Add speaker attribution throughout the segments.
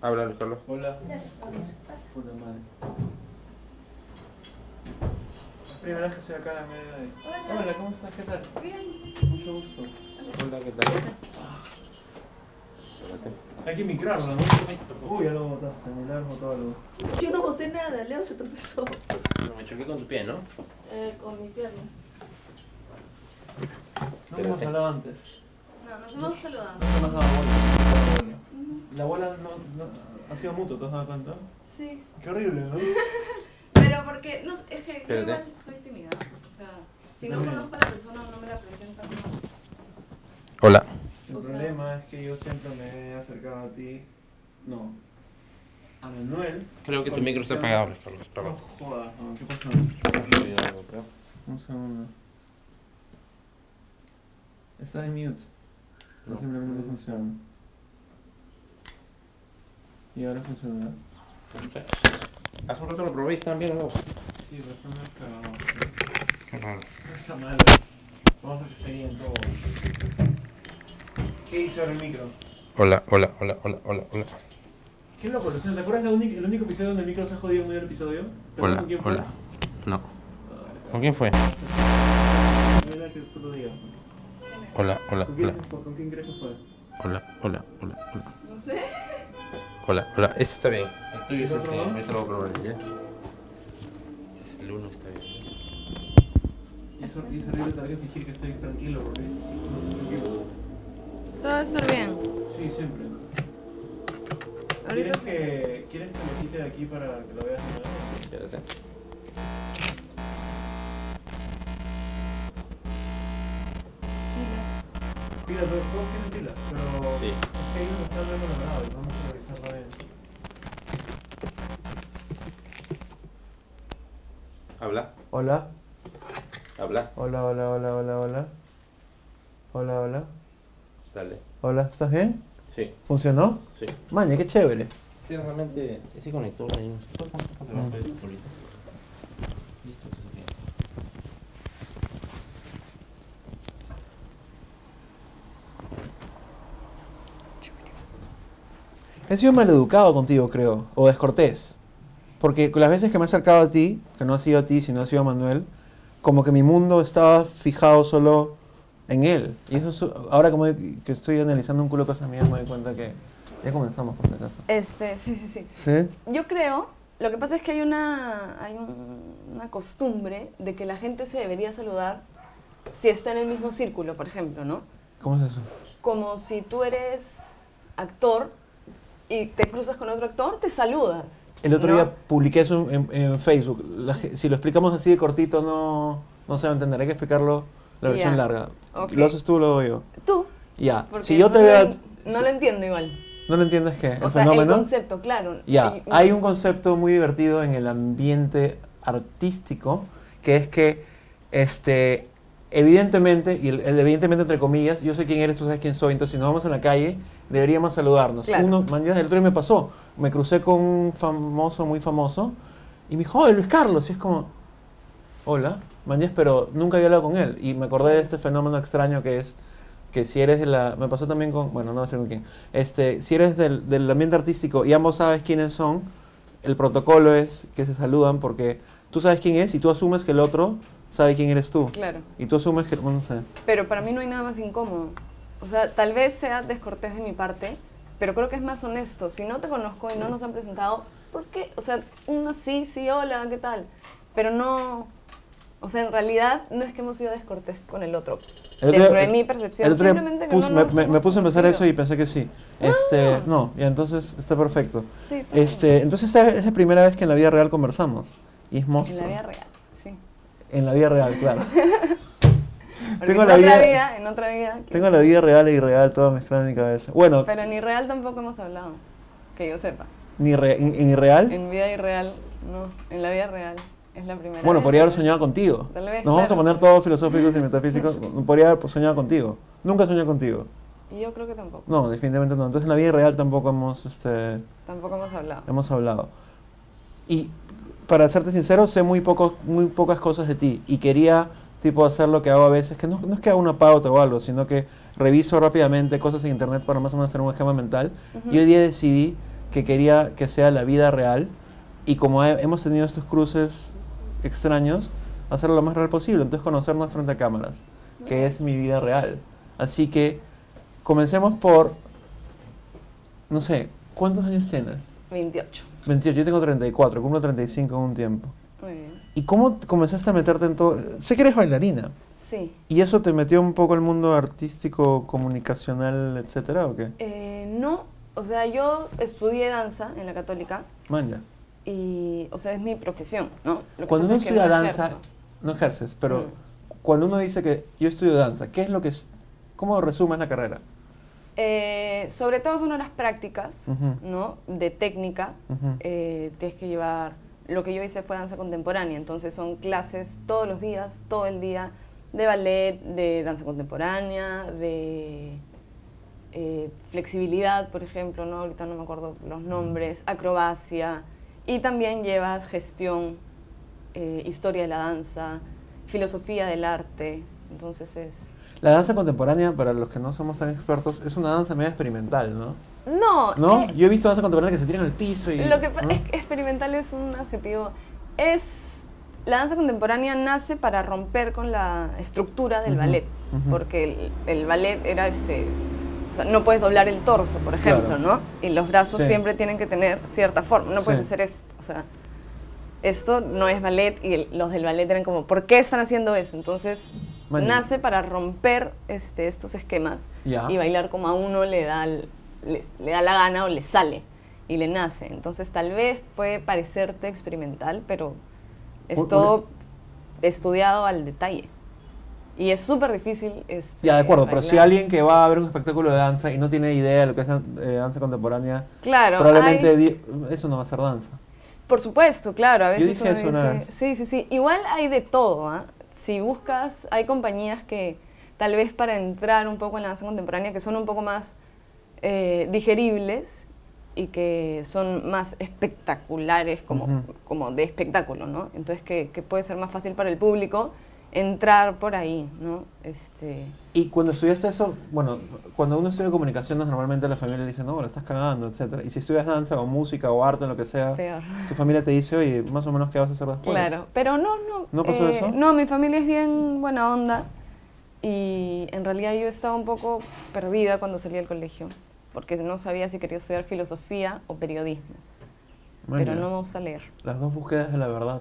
Speaker 1: Háblale solo.
Speaker 2: Hola.
Speaker 3: Pasa.
Speaker 2: Puta madre. La primera vez que estoy acá en la media de.
Speaker 3: Hola.
Speaker 2: Hola, ¿cómo estás? ¿Qué tal?
Speaker 3: Bien.
Speaker 2: Mucho gusto.
Speaker 1: Hola, ¿qué tal?
Speaker 2: Hay que micrarla, ¿no? Uy, ya lo botaste, me la todo algo.
Speaker 3: Yo no boté nada, Leo se tropezó
Speaker 4: Me choqué con tu pie, ¿no?
Speaker 3: eh, con mi pierna.
Speaker 2: No hemos hablado antes.
Speaker 5: No, nos vamos saludando.
Speaker 2: No hemos dado bola. La bola no, no- ha sido mutuo, ¿te has dado cuenta?
Speaker 5: Sí.
Speaker 2: Qué horrible, ¿no?
Speaker 5: Pero porque, no sé, es que yo
Speaker 1: Espérate.
Speaker 5: igual soy tímida. O sea, si no
Speaker 2: También.
Speaker 5: conozco a la persona, no me la presentan. no.
Speaker 1: Hola.
Speaker 2: El
Speaker 5: O sea-
Speaker 2: problema es que yo siempre me he acercado a ti. No. A Manuel.
Speaker 4: Creo que tu micro está apagado, Luis Carlos.
Speaker 2: No
Speaker 4: Perdón.
Speaker 2: jodas, no, ¿qué pasó? Un segundo. Está en mute.
Speaker 4: No.
Speaker 2: Simplemente no funciona. Y ahora funciona.
Speaker 1: Hace un rato lo probéis también, ¿no?
Speaker 2: Sí, pero está muy cagado.
Speaker 4: Qué raro.
Speaker 2: No está mal. Vamos a que esté bien todo. ¿Qué hizo ahora el micro?
Speaker 1: Hola, hola, hola, hola, hola, hola.
Speaker 2: Qué loco, Luciano. ¿Te acuerdas la única- el único episodio donde el micro se ha jodido en medio del episodio? ¿Te acuerdas
Speaker 1: Hola,
Speaker 2: con quién fue?
Speaker 1: hola. No.
Speaker 2: Ah,
Speaker 1: ¿Con quién fue?
Speaker 2: Mira Ah, que tú lo digas.
Speaker 1: Hola, hola,
Speaker 2: ¿Con
Speaker 1: hola,
Speaker 2: quién fue? ¿Con quién crees que fue?
Speaker 1: hola, hola, hola, hola.
Speaker 5: No sé.
Speaker 1: Hola, hola. Este está bien. El tuyo es
Speaker 2: ¿El
Speaker 1: el
Speaker 2: otro
Speaker 1: que
Speaker 2: no?
Speaker 1: ahorita lo voy a probar, ¿ya? Este es el uno, está bien.
Speaker 2: Y es hor- y es horrible tener que fingir que estoy tranquilo porque no estoy tranquilo.
Speaker 5: Todo va a estar bien.
Speaker 2: Sí, siempre. ¿Quieres que, ¿Quieres que lo quite de aquí para que lo veas? de nuevo?
Speaker 1: Espérate.
Speaker 2: Pila, todos todos tienen pila, pero
Speaker 1: Sí.
Speaker 2: es que ellos están dando la grave, vamos a revisarla bien.
Speaker 1: Habla,
Speaker 6: Hola,
Speaker 1: habla.
Speaker 6: hola, hola, hola, hola, hola. Hola, hola.
Speaker 1: Dale.
Speaker 6: Hola, ¿estás bien?
Speaker 1: Sí,
Speaker 6: ¿Funcionó?
Speaker 1: sí.
Speaker 6: Maña, qué chévere.
Speaker 1: Sí, realmente ese conector ahí no sé cuánto cuánto trabajo es ahorita. Listo, que se quede.
Speaker 6: He sido maleducado contigo, creo, o descortés. Porque las veces que me he acercado a ti, que no ha sido a ti, sino ha sido a Manuel, como que mi mundo estaba fijado solo en él. Y eso es- ahora como que estoy analizando un culo de cosas mías, me doy cuenta que ya comenzamos por si acaso.
Speaker 5: Este, sí, sí, sí.
Speaker 6: ¿Sí?
Speaker 5: Yo creo, lo que pasa es que hay una, hay un- una costumbre de que la gente se debería saludar si está en el mismo círculo, por ejemplo, ¿no?
Speaker 6: ¿Cómo es eso?
Speaker 5: Como si tú eres actor y te cruzas con otro actor, te saludas.
Speaker 6: El otro
Speaker 5: ¿no?
Speaker 6: día publiqué eso en, en Facebook. La ge- si lo explicamos así de cortito, no, no se va a entender. Hay que explicarlo la versión
Speaker 5: Ya.
Speaker 6: larga.
Speaker 5: Ok.
Speaker 6: Lo haces tú, lo hago yo.
Speaker 5: Tú.
Speaker 6: Ya.
Speaker 5: porque
Speaker 6: Si yo
Speaker 5: no
Speaker 6: te
Speaker 5: lo
Speaker 6: veo. a-
Speaker 5: en- No lo entiendo igual.
Speaker 6: ¿no lo entiendes qué?
Speaker 5: O
Speaker 6: ¿El
Speaker 5: sea,
Speaker 6: fenómeno?
Speaker 5: el concepto, claro.
Speaker 6: Ya.
Speaker 5: Y-
Speaker 6: Hay un concepto muy divertido en el ambiente artístico que es que, este. Evidentemente, y el, el evidentemente entre comillas, yo sé quién eres, tú sabes quién soy, entonces si nos vamos en la calle, deberíamos saludarnos.
Speaker 5: Claro.
Speaker 6: Uno, man, ya, el otro día me pasó, me crucé con un famoso, muy famoso, y me dijo, oh, Luis Carlos. Y es como, hola, Mañez, pero nunca había hablado con él. Y me acordé de este fenómeno extraño que es que si eres de la... Me pasó también con... Bueno, no va a ser con quién. Este, si eres del, del ambiente artístico y ambos sabes quiénes son, el protocolo es que se saludan porque tú sabes quién es y tú asumes que el otro sabe quién eres tú.
Speaker 5: Claro.
Speaker 6: Y tú asumes que... bueno, no sé.
Speaker 5: Pero para mí no hay nada más incómodo. O sea, tal vez sea descortés de mi parte, pero creo que es más honesto. Si no te conozco y no nos han presentado, ¿por qué? O sea, una sí, sí, hola, ¿qué tal? Pero no... O sea, en realidad no es que hemos sido descortés con el otro.
Speaker 6: El otro
Speaker 5: Dentro
Speaker 6: día-
Speaker 5: de mi percepción,
Speaker 6: el otro día
Speaker 5: simplemente que
Speaker 6: pus-
Speaker 5: no
Speaker 6: me,
Speaker 5: nos
Speaker 6: me-
Speaker 5: hemos
Speaker 6: me puse a empezar eso
Speaker 5: conocido. Ah.
Speaker 6: y pensé que sí. Este, no, y entonces está perfecto.
Speaker 5: Sí, pues, todo.
Speaker 6: Este, entonces esta es la primera vez que en la vida real conversamos. Y es
Speaker 5: En
Speaker 6: monstruo.
Speaker 5: la vida real, sí.
Speaker 6: En la vida real, claro.
Speaker 5: Porque
Speaker 6: Tengo
Speaker 5: en
Speaker 6: la
Speaker 5: otra
Speaker 6: vida-
Speaker 5: vida, en otra vida... ¿quién
Speaker 6: Tengo la vida real e irreal toda mezclada en mi cabeza. Bueno,
Speaker 5: Pero en irreal tampoco hemos hablado, que yo sepa.
Speaker 6: ni re- en, en irreal.
Speaker 5: En vida irreal, no. En la vida real es la primera.
Speaker 6: bueno,
Speaker 5: vez.
Speaker 6: podría haber soñado contigo.
Speaker 5: Tal vez,
Speaker 6: Nos vamos a
Speaker 5: claro.
Speaker 6: poner todos filosóficos y metafísicos. podría haber soñado contigo. Nunca soñé contigo.
Speaker 5: Y yo creo que tampoco.
Speaker 6: No, definitivamente no. Entonces en la vida real tampoco hemos, este,
Speaker 5: Tampoco hemos hablado.
Speaker 6: hemos hablado. Y para serte sincero, sé muy, poco, muy pocas cosas de ti. Y quería tipo hacer lo que hago a veces, que no, no es que haga una pauta o algo, sino que reviso rápidamente cosas en internet para más o menos hacer un esquema mental. Y hoy día decidí que quería que sea la vida real y como he- hemos tenido estos cruces extraños, hacerlo lo más real posible, entonces conocernos frente a cámaras, que es mi vida real. Así que comencemos por, no sé, ¿cuántos años tienes?
Speaker 5: 28.
Speaker 6: 28, yo tengo 34, cumplo 35 en un tiempo.
Speaker 5: Muy bien.
Speaker 6: ¿Y cómo comenzaste a meterte en todo? Sé que eres bailarina.
Speaker 5: Sí.
Speaker 6: ¿Y eso te metió un poco al mundo artístico, comunicacional, etcétera, o qué?
Speaker 5: Eh, no, o sea, yo estudié danza en la católica
Speaker 6: Manja.
Speaker 5: y, o sea, es mi profesión, ¿no? Lo que
Speaker 6: Cuando
Speaker 5: pasa
Speaker 6: uno
Speaker 5: es que
Speaker 6: estudia
Speaker 5: no
Speaker 6: danza,
Speaker 5: ejerzo.
Speaker 6: no ejerces, pero
Speaker 5: Mm.
Speaker 6: cuando uno dice que yo estudio danza, ¿qué es lo que es? ¿Cómo resumes la carrera?
Speaker 5: Eh, sobre todo son horas prácticas,
Speaker 6: Ujú.
Speaker 5: ¿no? De técnica.
Speaker 6: Ujú.
Speaker 5: eh, tienes que llevar. Lo que yo hice fue danza contemporánea, entonces son clases todos los días, todo el día, de ballet, de danza contemporánea, de eh, flexibilidad, por ejemplo, ¿no? Ahorita no me acuerdo los nombres, acrobacia, y también llevas gestión, eh, historia de la danza, filosofía del arte, entonces es.
Speaker 6: La danza contemporánea, para los que no somos tan expertos, es una danza media experimental, ¿no?
Speaker 5: No,
Speaker 6: ¿No?
Speaker 5: eh,
Speaker 6: Yo he visto danza contemporánea que se tiran al piso y...
Speaker 5: Lo que pa-
Speaker 6: ¿no?
Speaker 5: es que experimental es un adjetivo. Es la danza contemporánea nace para romper con la estructura del
Speaker 6: Ujú,
Speaker 5: ballet,
Speaker 6: ujú.
Speaker 5: porque el, el ballet era este, o sea, no puedes doblar el torso, por ejemplo,
Speaker 6: Claro.
Speaker 5: ¿no? Y los brazos
Speaker 6: Sí.
Speaker 5: siempre tienen que tener cierta forma, no puedes
Speaker 6: Sí.
Speaker 5: hacer esto, o sea, esto no es ballet y el- los del ballet eran como, ¿por qué están haciendo eso? Entonces
Speaker 6: Bueno.
Speaker 5: nace para romper este, estos esquemas
Speaker 6: Ya.
Speaker 5: y bailar como a uno le da, l- les- le, da la gana o le sale y le nace. Entonces tal vez puede parecerte experimental, pero es
Speaker 6: Un-
Speaker 5: todo estudiado al detalle. Y es súper difícil. este,
Speaker 6: Ya, de acuerdo, pero si
Speaker 5: bailar.
Speaker 6: alguien que va a ver un espectáculo de danza y no tiene idea de lo que es dan- eh, danza contemporánea,
Speaker 5: Claro,
Speaker 6: probablemente
Speaker 5: hay-
Speaker 6: di- eso no va a ser danza.
Speaker 5: Por supuesto, claro, a
Speaker 6: Yo
Speaker 5: veces
Speaker 6: dije
Speaker 5: uno
Speaker 6: eso una
Speaker 5: dice-
Speaker 6: vez.
Speaker 5: Sí, sí, sí. Igual hay de todo, ¿ah? Si buscas, hay compañías que tal vez para entrar un poco en la danza contemporánea que son un poco más eh, digeribles y que son más espectaculares, como,
Speaker 6: Ujú.
Speaker 5: como de espectáculo, ¿no? Entonces que, que puede ser más fácil para el público entrar por ahí, ¿no? Este,
Speaker 6: Y cuando estudiaste eso, bueno, cuando uno estudia comunicaciones, normalmente la familia le dice, no, la estás cagando, etc. Y si estudias danza o música o arte, lo que sea,
Speaker 5: peor.
Speaker 6: tu familia te dice, oye, más o menos qué vas a hacer después.
Speaker 5: Claro, pero no, no. eh,
Speaker 6: ¿No pasó eso?
Speaker 5: No, mi familia es bien buena onda y en realidad yo estaba un poco perdida cuando salí del colegio porque no sabía si quería estudiar filosofía o periodismo,
Speaker 6: Bueno,
Speaker 5: pero no me gusta leer.
Speaker 6: Las dos búsquedas de la verdad.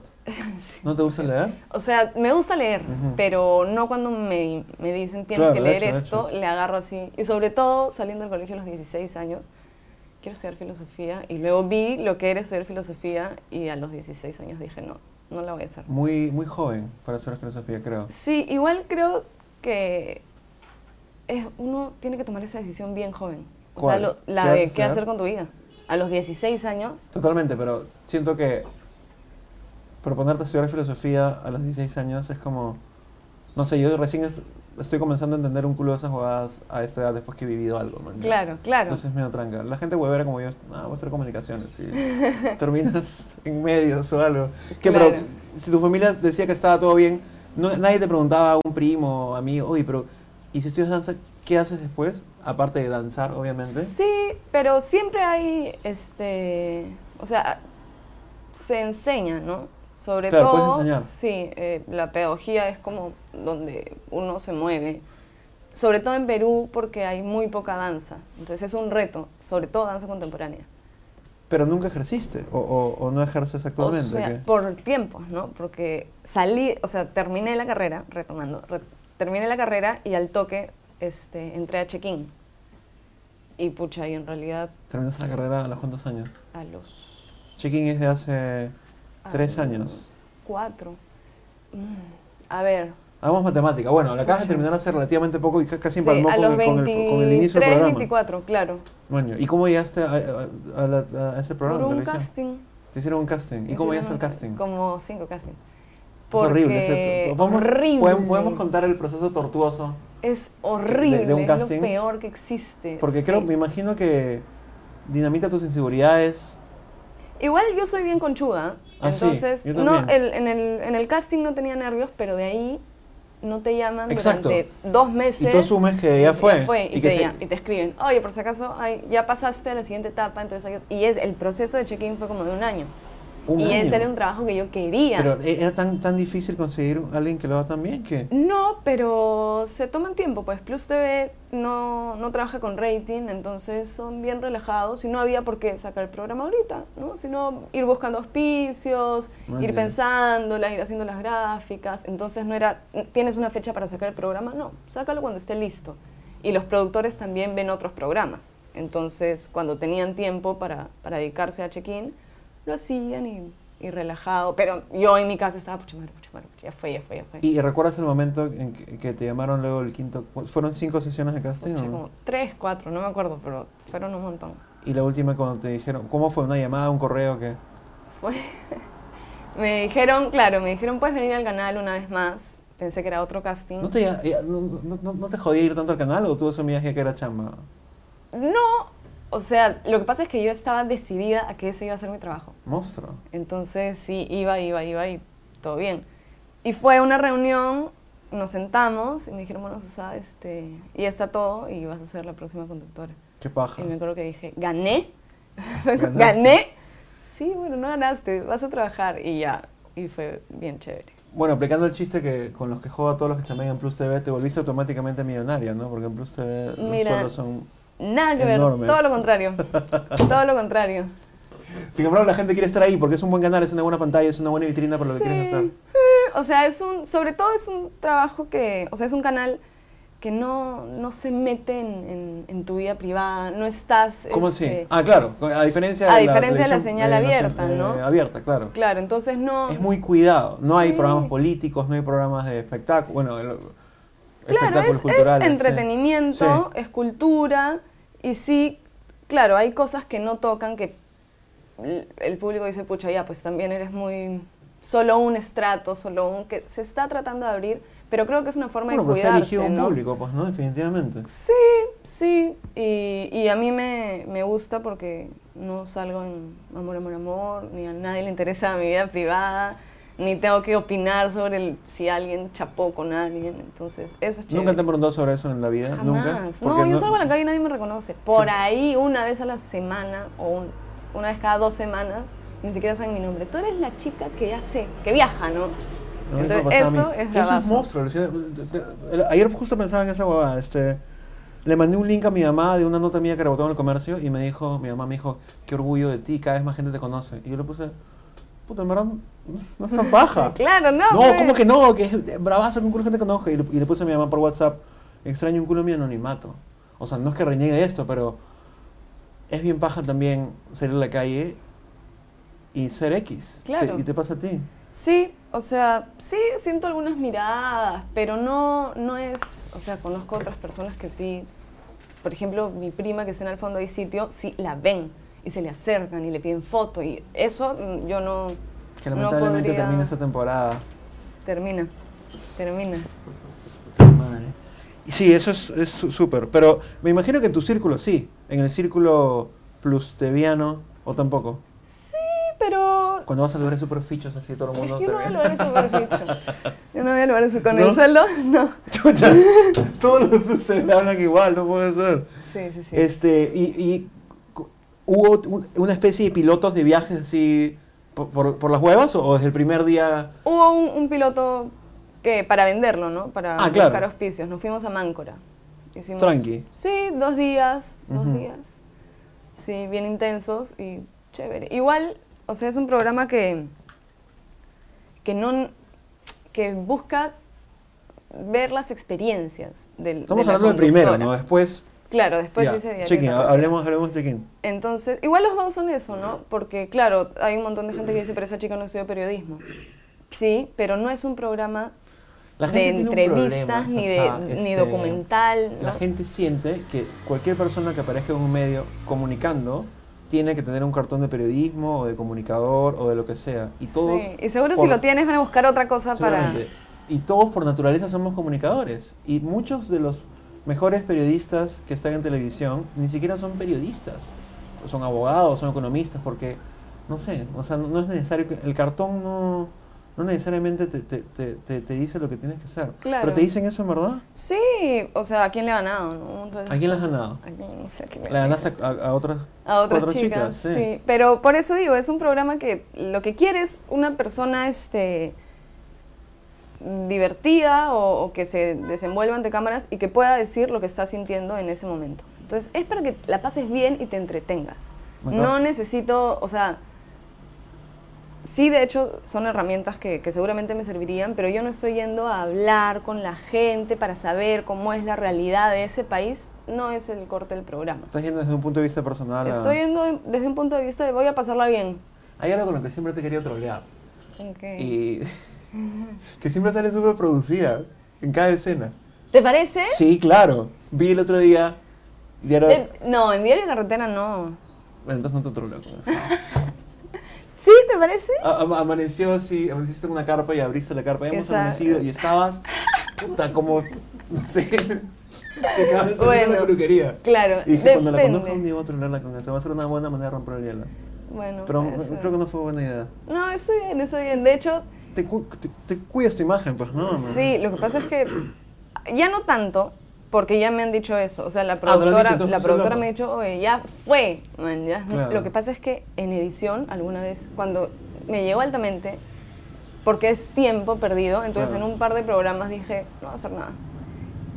Speaker 6: ¿No te gusta leer?
Speaker 5: O sea, me gusta leer,
Speaker 6: Ujú.
Speaker 5: pero no cuando me, me dicen tienes
Speaker 6: Claro,
Speaker 5: que
Speaker 6: de
Speaker 5: leer
Speaker 6: hecho, de
Speaker 5: esto, le agarro así. Y sobre todo saliendo del colegio a los 16 años, quiero estudiar filosofía y luego vi lo que era estudiar filosofía y a los 16 años dije, no, no la voy a hacer.
Speaker 6: Muy, muy joven para hacer filosofía, creo.
Speaker 5: Sí, igual creo que es, uno tiene que tomar esa decisión bien joven. O sea,
Speaker 6: ¿Cuál?
Speaker 5: lo-
Speaker 6: ¿Qué
Speaker 5: la
Speaker 6: vas a
Speaker 5: de qué
Speaker 6: hacer?
Speaker 5: hacer con tu vida. A los 16 años,
Speaker 6: Totalmente, pero siento que proponerte estudiar filosofía a los 16 años es como, no sé, yo recién est- estoy comenzando a entender un culo de esas jugadas a esta edad después que he vivido algo. man.
Speaker 5: claro, claro.
Speaker 6: Entonces es medio tranca. La gente huevera como yo, ah, voy a hacer comunicaciones y terminas en medios o algo. Que,
Speaker 5: Claro.
Speaker 6: pero si tu familia decía que estaba todo bien, no- nadie te preguntaba a un primo, amigo, oye, pero ¿y si estudias danza, qué haces después? Aparte de danzar, obviamente.
Speaker 5: sí, pero siempre hay, este, o sea, se enseña, ¿no? Sobre
Speaker 6: Claro, puedes
Speaker 5: todo,
Speaker 6: enseñar.
Speaker 5: sí, eh, la pedagogía es como donde uno se mueve. Sobre todo en Perú porque hay muy poca danza. Entonces es un reto, sobre todo danza contemporánea.
Speaker 6: Pero nunca ejerciste o, o- o no ejerces actualmente.
Speaker 5: O sea,
Speaker 6: ¿qué?
Speaker 5: por tiempos, ¿no? Porque salí, o sea, terminé la carrera, retomando, re- terminé la carrera y al toque este, entré a check-in. Y pucha, y en realidad
Speaker 6: Terminaste la carrera a los cuántos años.
Speaker 5: a los
Speaker 6: Check-in es de hace tres
Speaker 5: Ah.
Speaker 6: años.
Speaker 5: cuatro. Mm, A ver,
Speaker 6: Hagamos matemática. Bueno, la acabas de
Speaker 5: Ocho.
Speaker 6: terminar hace relativamente poco y ca- casi
Speaker 5: sí,
Speaker 6: empalmó
Speaker 5: a
Speaker 6: con,
Speaker 5: los
Speaker 6: el- con el, con el inicio
Speaker 5: 23,
Speaker 6: del programa.
Speaker 5: 24, claro.
Speaker 6: Bueno, ¿y cómo llegaste a, a- a la- a ese
Speaker 5: Por
Speaker 6: programa? de
Speaker 5: un
Speaker 6: televisión?
Speaker 5: casting.
Speaker 6: Te hicieron un casting. ¿Y cómo llegaste al casting?
Speaker 5: Como cinco castings.
Speaker 6: Es horrible.
Speaker 5: Porque-
Speaker 6: ese- ¿podemos-
Speaker 5: horrible.
Speaker 6: podemos- podemos contar el proceso tortuoso.
Speaker 5: Es
Speaker 6: de
Speaker 5: horrible,
Speaker 6: un casting?
Speaker 5: es lo peor que existe.
Speaker 6: Porque
Speaker 5: sí.
Speaker 6: creo, me imagino que dinamita tus inseguridades.
Speaker 5: Igual yo soy bien conchuda.
Speaker 6: Ah, sí,
Speaker 5: entonces,
Speaker 6: yo
Speaker 5: no,
Speaker 6: también.
Speaker 5: el- en, el, en el casting no tenía nervios, pero de ahí no te llaman
Speaker 6: Exacto.
Speaker 5: durante dos meses.
Speaker 6: Y tú asumes que ya fue.
Speaker 5: y,
Speaker 6: que
Speaker 5: te,
Speaker 6: se-
Speaker 5: ya- y te escriben, oye, por si acaso, ay, ya pasaste a la siguiente etapa, entonces hay- y es, el proceso de check-in fue como de un año.
Speaker 6: un
Speaker 5: y
Speaker 6: año.
Speaker 5: ese era un trabajo que yo quería.
Speaker 6: Pero eh, era tan, tan difícil conseguir a alguien que lo haga tan bien que...
Speaker 5: No, pero se toman tiempo, pues Plus TV no, no trabaja con rating, entonces son bien relajados y no había por qué sacar el programa ahorita, ¿no? Sino ir buscando auspicios,
Speaker 6: Muy
Speaker 5: ir
Speaker 6: bien.
Speaker 5: pensándola, ir haciendo las gráficas, entonces no era, ¿tienes una fecha para sacar el programa? No, sácalo cuando esté listo. Y los productores también ven otros programas, entonces cuando tenían tiempo para, para dedicarse a check-in, lo hacían y, y relajado, pero yo en mi casa estaba, pucha madre, pucha madre, ya fue, ya fue, ya fue.
Speaker 6: ¿Y recuerdas el momento en que, que te llamaron luego el quinto? cu- ¿Fueron cinco sesiones de casting?
Speaker 5: Pucha,
Speaker 6: o no?
Speaker 5: como tres, cuatro, no me acuerdo, pero fueron un montón.
Speaker 6: Y la última cuando te dijeron, ¿cómo fue? ¿Una llamada, un correo? que
Speaker 5: Fue- me dijeron, claro, me dijeron, puedes venir al canal una vez más. Pensé que era otro casting.
Speaker 6: ¿No te, ya- ya- no, no- no- no te jodía ir tanto al canal o tú asumías ya que era chamba?
Speaker 5: No, o sea, lo que pasa es que yo estaba decidida a que ese iba a ser mi trabajo.
Speaker 6: Monstruo.
Speaker 5: Entonces sí, iba, iba, iba y todo bien. Y fue una reunión, nos sentamos y me dijeron, bueno, Sasa, este, y ya está todo y vas a ser la próxima conductora.
Speaker 6: Qué paja.
Speaker 5: Y me acuerdo que dije, gané,
Speaker 6: Ganaste.
Speaker 5: gané. Sí, bueno, no ganaste, vas a trabajar y ya. Y fue bien chévere.
Speaker 6: Bueno, aplicando el chiste que con los que juega todos los que chambean en Plus TV, te volviste automáticamente millonaria, ¿no? Porque en Plus TV no
Speaker 5: Mira.
Speaker 6: solo son...
Speaker 5: Nada que
Speaker 6: Enormes.
Speaker 5: ver, todo lo contrario. todo lo contrario.
Speaker 6: Sin embargo, la gente quiere estar ahí porque es un buen canal, es una buena pantalla, es una buena vitrina para lo que quieres
Speaker 5: Sí.
Speaker 6: hacer.
Speaker 5: Eh, O sea, es un, sobre todo es un trabajo que, o sea, es un canal que no, no se mete en, en- en tu vida privada, no estás...
Speaker 6: ¿Cómo
Speaker 5: este,
Speaker 6: así? Ah, claro, a diferencia de
Speaker 5: A
Speaker 6: la
Speaker 5: diferencia de la
Speaker 6: televisión, eh,
Speaker 5: señal abierta,
Speaker 6: nacion-
Speaker 5: ¿no?
Speaker 6: abierta, claro.
Speaker 5: Claro, entonces no...
Speaker 6: Es muy cuidado. No hay
Speaker 5: Sí.
Speaker 6: programas políticos, no hay programas de espectáculo, bueno, el-
Speaker 5: Claro,
Speaker 6: espectáculos
Speaker 5: es, es
Speaker 6: culturales. sí.
Speaker 5: entretenimiento, es cultura, y sí, claro, hay cosas que no tocan que el, el público dice, pucha, ya, pues también eres muy... Solo un estrato, solo un... que se está tratando de abrir, pero creo que es una forma
Speaker 6: Bueno,
Speaker 5: de
Speaker 6: pero se
Speaker 5: cuidarse,
Speaker 6: ha dirigido a un
Speaker 5: ¿no?
Speaker 6: público, pues, ¿no? Definitivamente.
Speaker 5: Sí, sí, y, y a mí me, me gusta porque no salgo en amor, amor, amor, ni a nadie le interesa mi vida privada, ni tengo que opinar sobre el- si alguien chapó con alguien, entonces eso es chévere.
Speaker 6: ¿Nunca te han preguntado sobre eso en la vida?
Speaker 5: Jamás.
Speaker 6: ¿Nunca?
Speaker 5: No,
Speaker 6: Porque
Speaker 5: yo salgo a la calle y nadie me reconoce. Por ahí, una vez a la semana o un- una vez cada dos semanas, ni siquiera saben mi nombre. Tú eres la chica que hace, que viaja, ¿no?
Speaker 6: Lo mismo
Speaker 5: Entonces,
Speaker 6: pasaba a mí.
Speaker 5: eso es
Speaker 6: Eso es
Speaker 5: bravazo.
Speaker 6: monstruo. Lucía. Te- te- el- Ayer justo pensaba en esa huevada. Este, le mandé un link a mi mamá de una nota mía que rebotó en el comercio y me dijo, mi mamá me dijo, qué orgullo de ti, cada vez más gente te conoce. Y yo le puse, puta, en verdad, no es tan paja.
Speaker 5: Claro, no.
Speaker 6: No,
Speaker 5: pues.
Speaker 6: ¿cómo que no? Que es bravazo que un culo de gente conozca. Y le, y le puse a mi mamá por WhatsApp, extraño un culo mi anonimato. O sea, no es que reniegue esto, pero es bien paja también salir a la calle y ser X. Te-
Speaker 5: Claro.
Speaker 6: y te pasa a ti.
Speaker 5: Sí, o sea, sí siento algunas miradas, pero no, no es, o sea, conozco otras personas que sí, por ejemplo, mi prima que está en el fondo de sitio, sí la ven y se le acercan y le piden foto y eso mm, yo no
Speaker 6: Que
Speaker 5: No
Speaker 6: lamentablemente
Speaker 5: podría-
Speaker 6: termina esta temporada.
Speaker 5: termina, termina.
Speaker 6: Madre. Y Sí, eso es es su- súper. pero me imagino que en tu círculo sí. En el círculo plusteviano o tampoco.
Speaker 5: Sí, pero
Speaker 6: Cuando vas a lugares super fichos así todo el
Speaker 5: es
Speaker 6: mundo
Speaker 5: que
Speaker 6: te
Speaker 5: yo no voy a
Speaker 6: ve.
Speaker 5: lograr eso Yo no voy a lograr eso con
Speaker 6: ¿No?
Speaker 5: el sueldo, no.
Speaker 6: Chucha, todos los plustevianos hablan igual, no puede ser.
Speaker 5: Sí, sí, sí.
Speaker 6: Este, y, y cu- hubo un- una especie de pilotos de viajes así por, por- por las huevas o, o desde el primer día.
Speaker 5: Hubo un, un piloto que para venderlo, ¿no? Para
Speaker 6: Ah, claro.
Speaker 5: buscar auspicios. Nos fuimos a Máncora. Hicimos,
Speaker 6: Tranqui.
Speaker 5: Sí, dos días, dos
Speaker 6: Ujú.
Speaker 5: días. Sí, bien intensos y chévere. Igual, o sea, es un programa que que no que busca ver las experiencias del de
Speaker 6: Estamos
Speaker 5: la
Speaker 6: hablando del primero,
Speaker 5: conductora.
Speaker 6: ¿no? Después.
Speaker 5: Claro, después
Speaker 6: ya,
Speaker 5: sí sería
Speaker 6: check-in,
Speaker 5: que-
Speaker 6: hablemos, hablemos check
Speaker 5: entonces, igual los dos son eso, ¿no? Porque, claro, hay un montón de gente que dice, pero esa chica no estudió periodismo. Sí, pero no es un programa de entrevistas ni, de, ni documental.
Speaker 6: este, La
Speaker 5: ¿no?
Speaker 6: gente siente que cualquier persona que aparezca en un medio comunicando tiene que tener un cartón de periodismo o de comunicador o de lo que sea. Y todos.
Speaker 5: Sí, Y seguro si
Speaker 6: por-
Speaker 5: lo tienes van a buscar otra cosa para...
Speaker 6: seguramente. Y todos por naturaleza somos comunicadores. Y muchos de los mejores periodistas que están en televisión ni siquiera son periodistas. Son abogados, son economistas, porque. No sé, o sea, no, no es necesario que. El cartón no, no no necesariamente te, te, te, te- te dice lo que tienes que hacer.
Speaker 5: Claro.
Speaker 6: Pero te dicen eso en verdad.
Speaker 5: Sí, o sea, ¿a quién le ha ganado? No? Entonces,
Speaker 6: ¿A quién le has ganado?
Speaker 5: a quién? no sé a quién le
Speaker 6: Le
Speaker 5: he ganado.
Speaker 6: ganaste a, a- a otras,
Speaker 5: a otras
Speaker 6: cuatro
Speaker 5: chicas.
Speaker 6: chicas.
Speaker 5: sí. pero por eso digo, es un programa que lo que quiere es una persona este divertida o, o que se desenvuelva ante cámaras y que pueda decir lo que está sintiendo en ese momento. Entonces, es para que la pases bien y te entretengas.
Speaker 6: Me
Speaker 5: No
Speaker 6: acaba-
Speaker 5: necesito, o sea, sí, de hecho, son herramientas que, que seguramente me servirían, pero yo no estoy yendo a hablar con la gente para saber cómo es la realidad de ese país. No es el corte del programa.
Speaker 6: Estás yendo desde un punto de vista personal. a-
Speaker 5: Estoy yendo de- desde un punto de vista de voy a pasarla bien.
Speaker 6: Hay algo con lo que siempre te quería trolear.
Speaker 5: Ok.
Speaker 6: Y que siempre sale súper producida en cada escena.
Speaker 5: ¿Te parece?
Speaker 6: Sí, claro. Vi el otro día. Diario.
Speaker 5: Eh, no, en Diario de Carretera no.
Speaker 6: Bueno, entonces no te troleo con eso.
Speaker 5: ¿Sí? ¿Te parece?
Speaker 6: A- am- amaneció así, amaneciste en una carpa y abriste la carpa. Ya hemos
Speaker 5: Exacto.
Speaker 6: amanecido y estabas. Puta, como. No sé. Te acabas de salir de la
Speaker 5: Bueno.
Speaker 6: peluquería.
Speaker 5: Claro,
Speaker 6: Y dije, cuando la conozco un
Speaker 5: depende.
Speaker 6: día voy a trolearla con eso. Va a ser una buena manera de romper el hielo.
Speaker 5: Bueno,
Speaker 6: Pero
Speaker 5: puede
Speaker 6: eh,
Speaker 5: ser.
Speaker 6: creo que no fue buena idea.
Speaker 5: No, estoy bien, estoy bien. De hecho,
Speaker 6: Te, cu- te, te cuidas tu imagen, pues, ¿no?
Speaker 5: sí, lo que pasa es que ya no tanto, porque ya me han dicho eso. O sea, la
Speaker 6: te lo han
Speaker 5: productora,
Speaker 6: dicho, entonces
Speaker 5: la
Speaker 6: no
Speaker 5: productora
Speaker 6: hablamos.
Speaker 5: me ha dicho, oye, ya fue. man, ya".
Speaker 6: Claro.
Speaker 5: Lo que pasa es que en edición, alguna vez, cuando me llegó altamente, porque es tiempo perdido, entonces
Speaker 6: Claro.
Speaker 5: en un par de programas dije, no voy a hacer nada.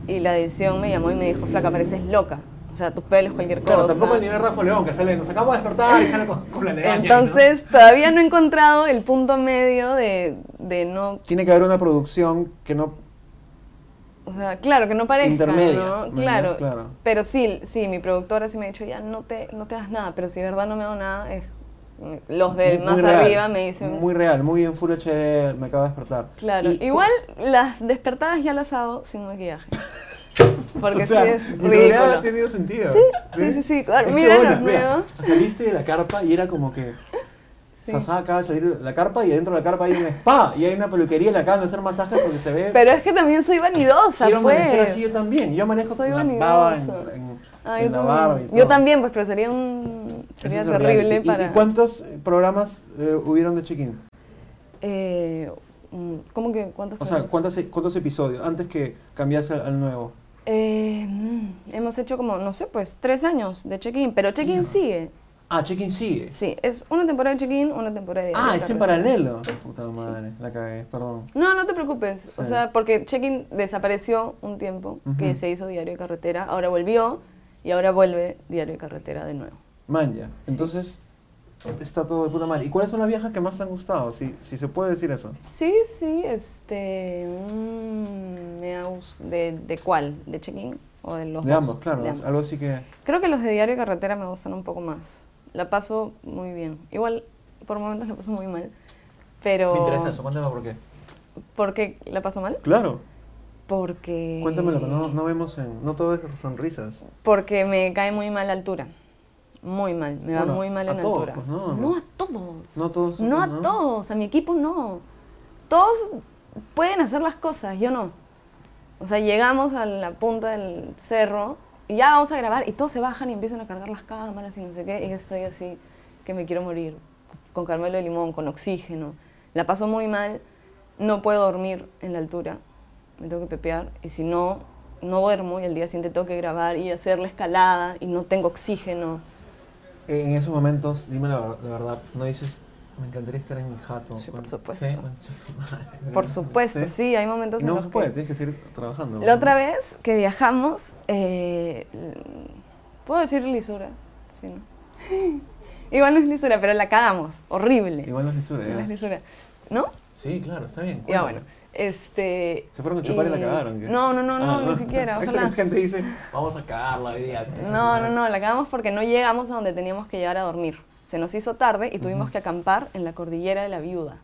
Speaker 5: Y la edición me llamó y me dijo, flaca, pareces loca. O sea, tus pelos, cualquier cosa.
Speaker 6: Claro, tampoco el nivel Rafa León, que sale, nos acabamos de despertar y sale con, con la legaña, ¿no?
Speaker 5: Entonces, todavía no he encontrado el punto medio de, de no
Speaker 6: Tiene que haber una producción que no...
Speaker 5: O sea, claro, que no parezca,
Speaker 6: Intermedia,
Speaker 5: ¿no?
Speaker 6: ¿me
Speaker 5: Claro,
Speaker 6: entiendes? Claro.
Speaker 5: Pero sí, sí, mi productora sí me ha dicho, ya no te, no te hagas nada, pero si de verdad no me hago nada, es, mm, los del
Speaker 6: muy
Speaker 5: más
Speaker 6: real,
Speaker 5: arriba me dicen...
Speaker 6: Muy real, muy en Full HD, me acaba de despertar.
Speaker 5: claro,
Speaker 6: Y-
Speaker 5: igual las despertadas ya las hago sin maquillaje. Porque
Speaker 6: o sea,
Speaker 5: sí es
Speaker 6: en realidad
Speaker 5: ridículo.
Speaker 6: ha tenido sentido.
Speaker 5: sí, sí, sí, claro,
Speaker 6: Es que
Speaker 5: mira los
Speaker 6: mira,
Speaker 5: nuevos.
Speaker 6: Saliste de la carpa y era como que...
Speaker 5: Sí.
Speaker 6: Sasá acaba de salir de la carpa y dentro de la carpa hay un spa y hay una peluquería y le acaban de hacer masajes porque se ve...
Speaker 5: Pero es que también soy vanidosa,
Speaker 6: Quiero
Speaker 5: pues.
Speaker 6: amanecer así yo también. Yo amanezco
Speaker 5: Soy
Speaker 6: con la baba en,
Speaker 5: vanidosa.
Speaker 6: en-
Speaker 5: Ah,
Speaker 6: en
Speaker 5: yo
Speaker 6: la
Speaker 5: también.
Speaker 6: barba y
Speaker 5: Yo
Speaker 6: todo.
Speaker 5: también, pues, pero sería un... Sería
Speaker 6: Eso es el
Speaker 5: terrible
Speaker 6: reality. ¿Y-
Speaker 5: para...
Speaker 6: ¿Y, cuántos eh, programas eh, hubieron de check-in?
Speaker 5: Eh, mm, ¿Cómo que cuántos
Speaker 6: O sea,
Speaker 5: programas?
Speaker 6: ¿cuántos, cuántos episodios antes que cambiase al, al nuevo?
Speaker 5: Eh, mm, hemos hecho como, no sé, pues tres años de check-in, pero check-in sigue.
Speaker 6: Ah, check-in sigue.
Speaker 5: Sí, es una temporada de check-in, una temporada de...
Speaker 6: ah,
Speaker 5: de
Speaker 6: es en
Speaker 5: carrera.
Speaker 6: paralelo. Puta madre, la cagué, perdón.
Speaker 5: No, no te preocupes. O
Speaker 6: Sí.
Speaker 5: sea, porque check-in desapareció un tiempo, que
Speaker 6: Ujú.
Speaker 5: se hizo diario de carretera, ahora volvió y ahora vuelve diario de carretera de nuevo.
Speaker 6: Manja. Entonces, está todo de puta madre. ¿Y cuáles son las viejas que más te han gustado? Si, si se puede decir eso.
Speaker 5: Sí, sí, este... mm, me ha gus- de, ¿De cuál? ¿De check-in? ¿O de los
Speaker 6: de
Speaker 5: dos?
Speaker 6: ambos, claro.
Speaker 5: De ambos.
Speaker 6: Algo así que.
Speaker 5: Creo que los de diario y carretera me gustan un poco más. La paso muy bien. Igual, por momentos la paso muy mal. Pero...
Speaker 6: Me interesa eso, cuéntame por qué.
Speaker 5: ¿Por qué la paso mal?
Speaker 6: Claro,
Speaker 5: Porque...
Speaker 6: cuéntamelo, que no, no vemos en. No todo es sonrisas.
Speaker 5: Porque me cae muy mal la altura. Muy mal. Me va
Speaker 6: Bueno,
Speaker 5: muy mal
Speaker 6: a
Speaker 5: en
Speaker 6: todos,
Speaker 5: altura.
Speaker 6: pues, no,
Speaker 5: no
Speaker 6: no.
Speaker 5: a todos.
Speaker 6: No todos.
Speaker 5: No a todos. A mi equipo no. Todos pueden hacer las cosas, yo no. O sea, llegamos a la punta del cerro y ya vamos a grabar y todos se bajan y empiezan a cargar las cámaras y no sé qué. Y yo estoy así, que me quiero morir. Con Carmelo de Limón, con oxígeno. La paso muy mal. No puedo dormir en la altura. Me tengo que pepear. Y si no, no duermo y al día siguiente tengo que grabar y hacer la escalada y no tengo oxígeno.
Speaker 6: En esos momentos, dime la, ver- la verdad, no dices, me encantaría estar en mi jato.
Speaker 5: Sí, por
Speaker 6: Con-
Speaker 5: supuesto.
Speaker 6: Sí, concha su madre.
Speaker 5: Por supuesto, sí, hay momentos
Speaker 6: Eh, no
Speaker 5: en los
Speaker 6: se
Speaker 5: que...
Speaker 6: puede, tienes que seguir trabajando.
Speaker 5: La otra vez que viajamos, eh, puedo decir lisura, sí, ¿no? Igual no es lisura, pero la cagamos, horrible.
Speaker 6: Igual no es lisura,
Speaker 5: No
Speaker 6: ya.
Speaker 5: es lisura, ¿no?
Speaker 6: Sí, claro, está bien.
Speaker 5: Ya
Speaker 6: cuéntame.
Speaker 5: bueno, este...
Speaker 6: ¿Se fueron a chupar y la cagaron? ¿qué?
Speaker 5: No, no, no, no,
Speaker 6: Ah,
Speaker 5: ni siquiera,
Speaker 6: Hay
Speaker 5: ojalá.
Speaker 6: gente dice, vamos a cagarla hoy día. concha su
Speaker 5: No, no,
Speaker 6: madre".
Speaker 5: no, la cagamos porque no llegamos a donde teníamos que llegar a dormir. Se nos hizo tarde y tuvimos que acampar en la cordillera de la viuda.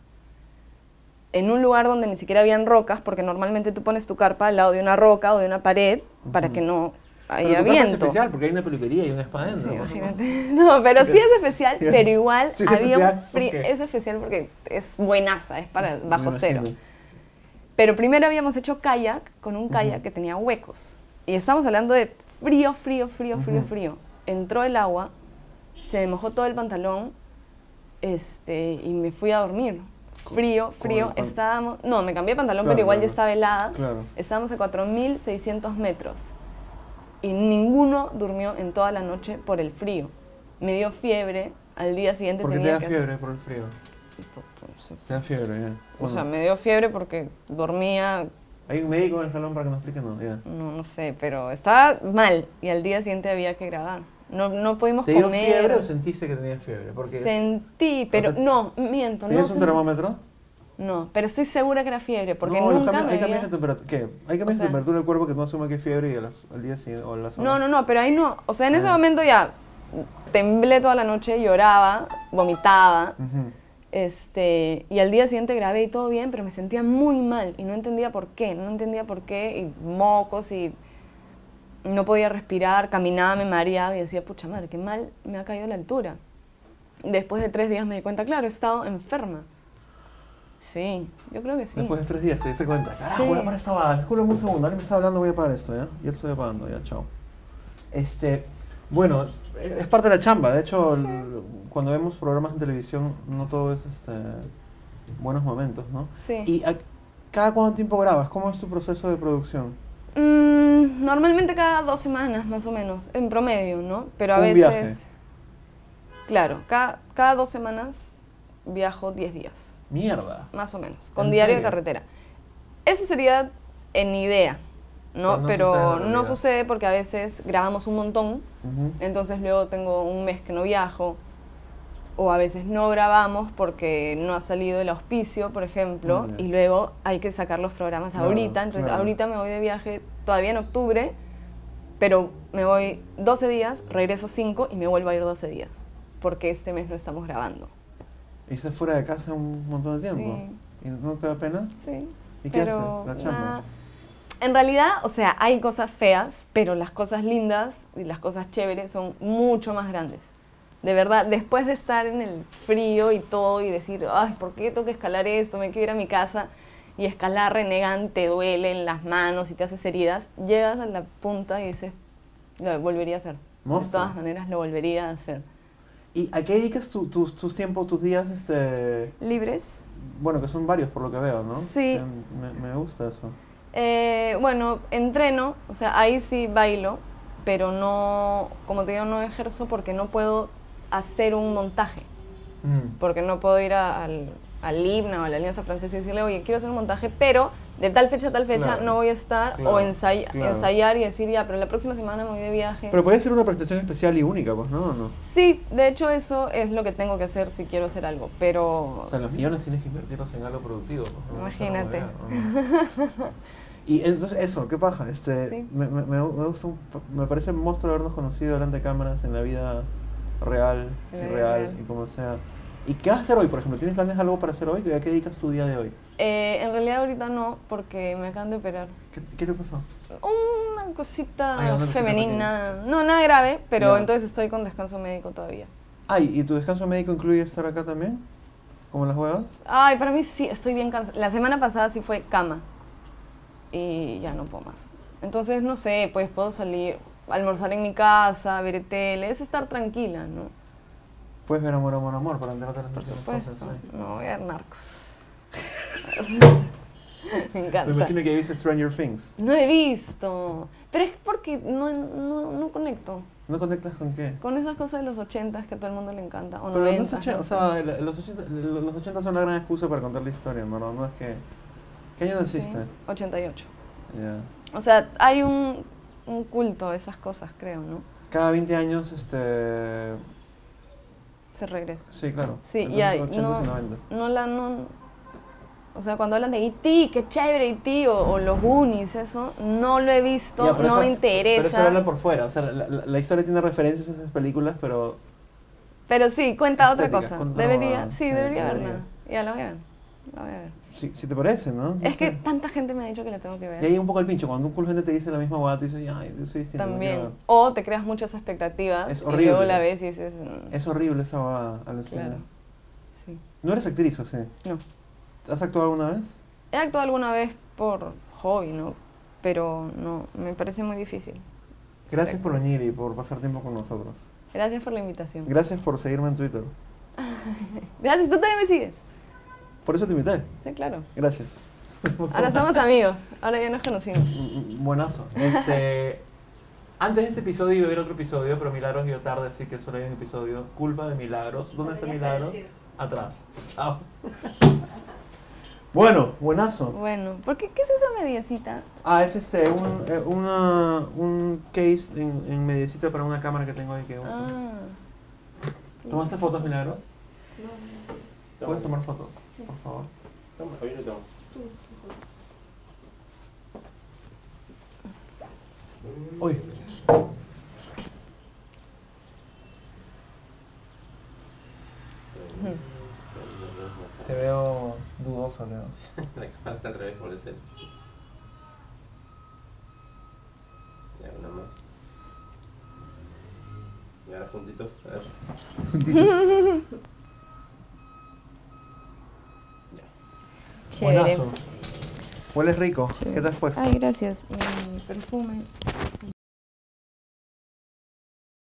Speaker 5: En un lugar donde ni siquiera habían rocas, porque normalmente tú pones tu carpa al lado de una roca o de una pared para que no
Speaker 6: Pero
Speaker 5: haya
Speaker 6: tu carpa es
Speaker 5: viento.
Speaker 6: especial porque hay una peluquería y un
Speaker 5: Sí,
Speaker 6: spa dentro. pues, ¿no?
Speaker 5: imagínate. No, pero sí es especial,
Speaker 6: Ya.
Speaker 5: pero igual
Speaker 6: Sí es
Speaker 5: había un
Speaker 6: especial,
Speaker 5: frío.
Speaker 6: ok.
Speaker 5: Es especial porque es buenaza, es para
Speaker 6: Me
Speaker 5: bajo cero.
Speaker 6: imagino.
Speaker 5: Pero primero habíamos hecho kayak con un kayak que tenía huecos. Y estamos hablando de frío, frío, frío, frío,
Speaker 6: Ujú.
Speaker 5: frío. Entró el agua, se me mojó todo el pantalón este, y me fui a dormir. frío, frío.
Speaker 6: con el pan-
Speaker 5: Estábamos, no, me cambié de pantalón,
Speaker 6: Claro,
Speaker 5: pero igual
Speaker 6: claro.
Speaker 5: ya estaba helada.
Speaker 6: Claro.
Speaker 5: Estábamos a 4.600 metros y ninguno durmió en toda la noche por el frío. Me dio fiebre, al día siguiente
Speaker 6: Porque te
Speaker 5: tenía
Speaker 6: da
Speaker 5: que
Speaker 6: fiebre por el frío.
Speaker 5: hacer-
Speaker 6: Te da fiebre, ya.
Speaker 5: O sea,
Speaker 6: Bueno,
Speaker 5: me dio fiebre porque dormía,
Speaker 6: Hay un médico en el salón para que nos explique, no, ya.
Speaker 5: no, no sé, pero estaba mal y al día siguiente había que grabar. No, no pudimos
Speaker 6: ¿Te dio
Speaker 5: comer.
Speaker 6: fiebre o sentiste que tenías fiebre? Porque
Speaker 5: Sentí, pero
Speaker 6: o sea,
Speaker 5: no, miento, no.
Speaker 6: ¿Tenías un
Speaker 5: sentí-
Speaker 6: termómetro?
Speaker 5: No, pero estoy segura que era fiebre porque
Speaker 6: no, los
Speaker 5: nunca
Speaker 6: cambios-
Speaker 5: me
Speaker 6: hay
Speaker 5: había-
Speaker 6: cambios de temperatura. ¿Qué? Hay cambios de
Speaker 5: sea-
Speaker 6: temperatura del cuerpo que no asume que es fiebre y a las- al día siguiente o a las
Speaker 5: No,
Speaker 6: horas.
Speaker 5: no, no, pero ahí no. O sea, en ese
Speaker 6: Ah.
Speaker 5: momento ya temblé toda la noche, lloraba, vomitaba.
Speaker 6: Ujú.
Speaker 5: Este, y al día siguiente grabé y todo bien, pero me sentía muy mal y no entendía por qué, no entendía por qué, y mocos y no podía respirar, caminaba, me mareaba y decía, pucha madre, qué mal me ha caído la altura. Después de tres días me di cuenta, claro, he estado enferma. Sí, yo creo que sí.
Speaker 6: Después de tres días se dice cuenta. Carajo,
Speaker 5: Sí.
Speaker 6: voy a parar esta vaga. Discúlpame un segundo, alguien me está hablando, voy a parar esto, ¿ya? Y él estoy apagando, ya, chao. Este, bueno, eh, es parte de la chamba. De hecho, el- cuando vemos programas en televisión, no todo es este, buenos momentos, ¿no?
Speaker 5: Sí.
Speaker 6: ¿Y a- cada cuánto tiempo grabas? ¿Cómo es tu proceso de producción?
Speaker 5: Mm, normalmente cada dos semanas, más o menos, en promedio, ¿no? Pero a
Speaker 6: Un
Speaker 5: veces.
Speaker 6: viaje.
Speaker 5: Claro, cada, cada dos semanas viajo 10 días,
Speaker 6: Mierda.
Speaker 5: más o menos, con
Speaker 6: ¿En
Speaker 5: diario de
Speaker 6: serio?
Speaker 5: carretera. Eso sería en idea, ¿no? Pero
Speaker 6: Pero no sucede en la
Speaker 5: no
Speaker 6: realidad.
Speaker 5: sucede porque a veces grabamos un montón,
Speaker 6: Ujú.
Speaker 5: entonces luego tengo un mes que no viajo, o a veces no grabamos porque no ha salido el auspicio, por ejemplo,
Speaker 6: Ah, ya.
Speaker 5: y luego hay que sacar los programas
Speaker 6: Claro,
Speaker 5: ahorita. Entonces
Speaker 6: claro.
Speaker 5: ahorita me voy de viaje todavía en octubre, pero me voy 12 días, regreso 5 y me vuelvo a ir 12 días, porque este mes no estamos grabando.
Speaker 6: Y estás fuera de casa un montón de tiempo. ¿Y no te da pena?
Speaker 5: Sí.
Speaker 6: ¿Y qué
Speaker 5: pero
Speaker 6: haces? La chamba.
Speaker 5: nada. En realidad, o sea, hay cosas feas, pero las cosas lindas y las cosas chéveres son mucho más grandes. De verdad, después de estar en el frío y todo y decir, ay, ¿por qué tengo que escalar esto? Me quiero ir a mi casa. Y escalar, renegan, te duelen las manos y te haces heridas. Llegas a la punta y dices, lo volvería a hacer. De
Speaker 6: Monstruo.
Speaker 5: todas maneras, lo volvería a hacer.
Speaker 6: ¿Y a qué dedicas tu- tus, tus tiempos, tus días, este,
Speaker 5: Libres,
Speaker 6: bueno, que son varios por lo que veo, ¿no?
Speaker 5: Sí.
Speaker 6: Me, me gusta eso.
Speaker 5: Eh, bueno, entreno, o sea, ahí sí bailo, pero no, como te digo, no ejerzo porque no puedo hacer un montaje,
Speaker 6: Mm.
Speaker 5: porque no puedo ir a- al, al himno o a la Alianza Francesa y decirle, oye, quiero hacer un montaje, pero de tal fecha a tal fecha
Speaker 6: Claro,
Speaker 5: no voy a estar,
Speaker 6: claro,
Speaker 5: o ensay-
Speaker 6: claro.
Speaker 5: ensayar y decir, ya, pero la próxima semana me voy de viaje.
Speaker 6: Pero pues, puede ser una prestación especial y única, pues, ¿no? ¿O no?
Speaker 5: sí, de hecho eso es lo que tengo que hacer si quiero hacer algo, pero...
Speaker 6: O sea, los millones tienes que invertirlos en algo productivo. pues, ¿no?
Speaker 5: Imagínate.
Speaker 6: Esa huevada, ¿no? Y entonces eso, ¿qué paja? Este,
Speaker 5: Sí.
Speaker 6: me, me, me me gusta, un po- me parece un monstruo habernos conocido delante de cámaras en la vida real,
Speaker 5: En la vida
Speaker 6: irreal
Speaker 5: real.
Speaker 6: y como sea. ¿Y qué vas a hacer hoy, por ejemplo? ¿Tienes planes algo para hacer hoy? ¿A qué dedicas tu día de hoy?
Speaker 5: Eh, en realidad ahorita no, porque me acaban de operar.
Speaker 6: ¿Qué, qué te pasó?
Speaker 5: Una cosita
Speaker 6: Ah, ya, una cosita
Speaker 5: femenina. no, nada grave, pero
Speaker 6: Ya.
Speaker 5: entonces estoy con descanso médico todavía.
Speaker 6: Ay, Ah, ¿y tu descanso médico incluye estar acá también? ¿Como las huevas?
Speaker 5: Ay, para mí sí, estoy bien cansada. La semana pasada sí fue cama. Y ya no puedo más. Entonces, no sé, pues puedo salir, almorzar en mi casa, ver tele, es estar tranquila, ¿no?
Speaker 6: Puedes ver amor, amor, amor para enterarte de las
Speaker 5: Por
Speaker 6: otras
Speaker 5: supuesto.
Speaker 6: cosas, sí.
Speaker 5: No voy a ver narcos. Me
Speaker 6: Me
Speaker 5: encanta.
Speaker 6: imagino que viste Stranger Things.
Speaker 5: No he visto. Pero es porque no, no, no conecto.
Speaker 6: ¿No conectas con qué?
Speaker 5: Con esas cosas de los ochentas que a todo el mundo le encanta. O
Speaker 6: Pero no es
Speaker 5: 90s,
Speaker 6: ochen-
Speaker 5: no
Speaker 6: o
Speaker 5: sé.
Speaker 6: sea, el- los 80, los 80 son una gran excusa para contar la historia, en verdad, no es que... ¿Qué año
Speaker 5: Sí,
Speaker 6: naciste?
Speaker 5: 88.
Speaker 6: Ya.
Speaker 5: O sea, hay un, un culto a esas cosas, creo, ¿no?
Speaker 6: Cada 20 años, este...
Speaker 5: Se regresa.
Speaker 6: Sí, claro.
Speaker 5: Sí,
Speaker 6: Entonces,
Speaker 5: y hay-
Speaker 6: 80s y
Speaker 5: no-
Speaker 6: 90.
Speaker 5: No la, no... O sea, cuando hablan de E.T., qué chévere E.T. O, o los Goonies, eso, no lo he visto,
Speaker 6: Ya,
Speaker 5: no
Speaker 6: pero eso-
Speaker 5: me
Speaker 6: Pero eso lo
Speaker 5: interesa.
Speaker 6: hablan
Speaker 5: Pero,
Speaker 6: por fuera, o sea, la, la- la historia tiene referencias a esas películas, pero...
Speaker 5: sí, cuenta otra
Speaker 6: Estéticas,
Speaker 5: cosa.
Speaker 6: cuenta una
Speaker 5: Debería,
Speaker 6: huevada,
Speaker 5: sí,
Speaker 6: sí,
Speaker 5: debería
Speaker 6: debería.
Speaker 5: verla. Ya la voy a ver. La voy a ver.
Speaker 6: Si, si te parece, ¿no? No
Speaker 5: es que
Speaker 6: sé.
Speaker 5: tanta gente me ha dicho que la tengo que
Speaker 6: Y
Speaker 5: ver.
Speaker 6: ahí un poco el pincho, cuando un culo de gente te dice la misma guada, tú dices, ay, yo soy distinto. no quiero
Speaker 5: También.
Speaker 6: ver".
Speaker 5: O te creas muchas expectativas
Speaker 6: Es
Speaker 5: y luego
Speaker 6: horrible.
Speaker 5: la ves y dices... mm,
Speaker 6: Es horrible esa guada, alucina.
Speaker 5: Claro. Sí.
Speaker 6: No eres actriz, o sea.
Speaker 5: No.
Speaker 6: ¿Has actuado alguna vez?
Speaker 5: He actuado alguna vez por hobby, ¿no? Pero no, me parece muy difícil.
Speaker 6: Gracias
Speaker 5: Sí.
Speaker 6: por venir y por pasar tiempo con nosotros.
Speaker 5: Gracias por la invitación.
Speaker 6: Gracias por seguirme en Twitter.
Speaker 5: Gracias, tú también me sigues.
Speaker 6: Por eso te invité.
Speaker 5: Sí, claro.
Speaker 6: Gracias.
Speaker 5: Ahora somos amigos. Ahora ya nos conocimos.
Speaker 6: Mm, mm, Buenazo. Este, antes de este episodio iba a haber otro episodio, pero Milagros llegó tarde, así que solo hay un episodio. Culpa de Milagros. ¿Dónde está Milagros? Atrás. Chao. Bueno, buenazo.
Speaker 5: Bueno, ¿por qué, qué es esa mediecita?
Speaker 6: Ah, es este, un, eh, una, un case en, en mediecita para una cámara que tengo ahí que uso.
Speaker 5: Ah.
Speaker 6: ¿Tomaste fotos, Milagros?
Speaker 3: No, no,
Speaker 6: ¿Puedes tomar fotos, por favor?
Speaker 1: Toma, hoy no tomo.
Speaker 3: tú, mejor.
Speaker 6: Uy.
Speaker 5: Ujú.
Speaker 6: Te veo dudoso, Leo.
Speaker 1: La cámara está al revés por ese. Ya, una más. Y ahora juntitos. A ver.
Speaker 5: Chévere.
Speaker 6: Buenazo. Hueles rico. ¿Qué te has puesto?
Speaker 5: Ay, gracias. Mi Mm, perfume.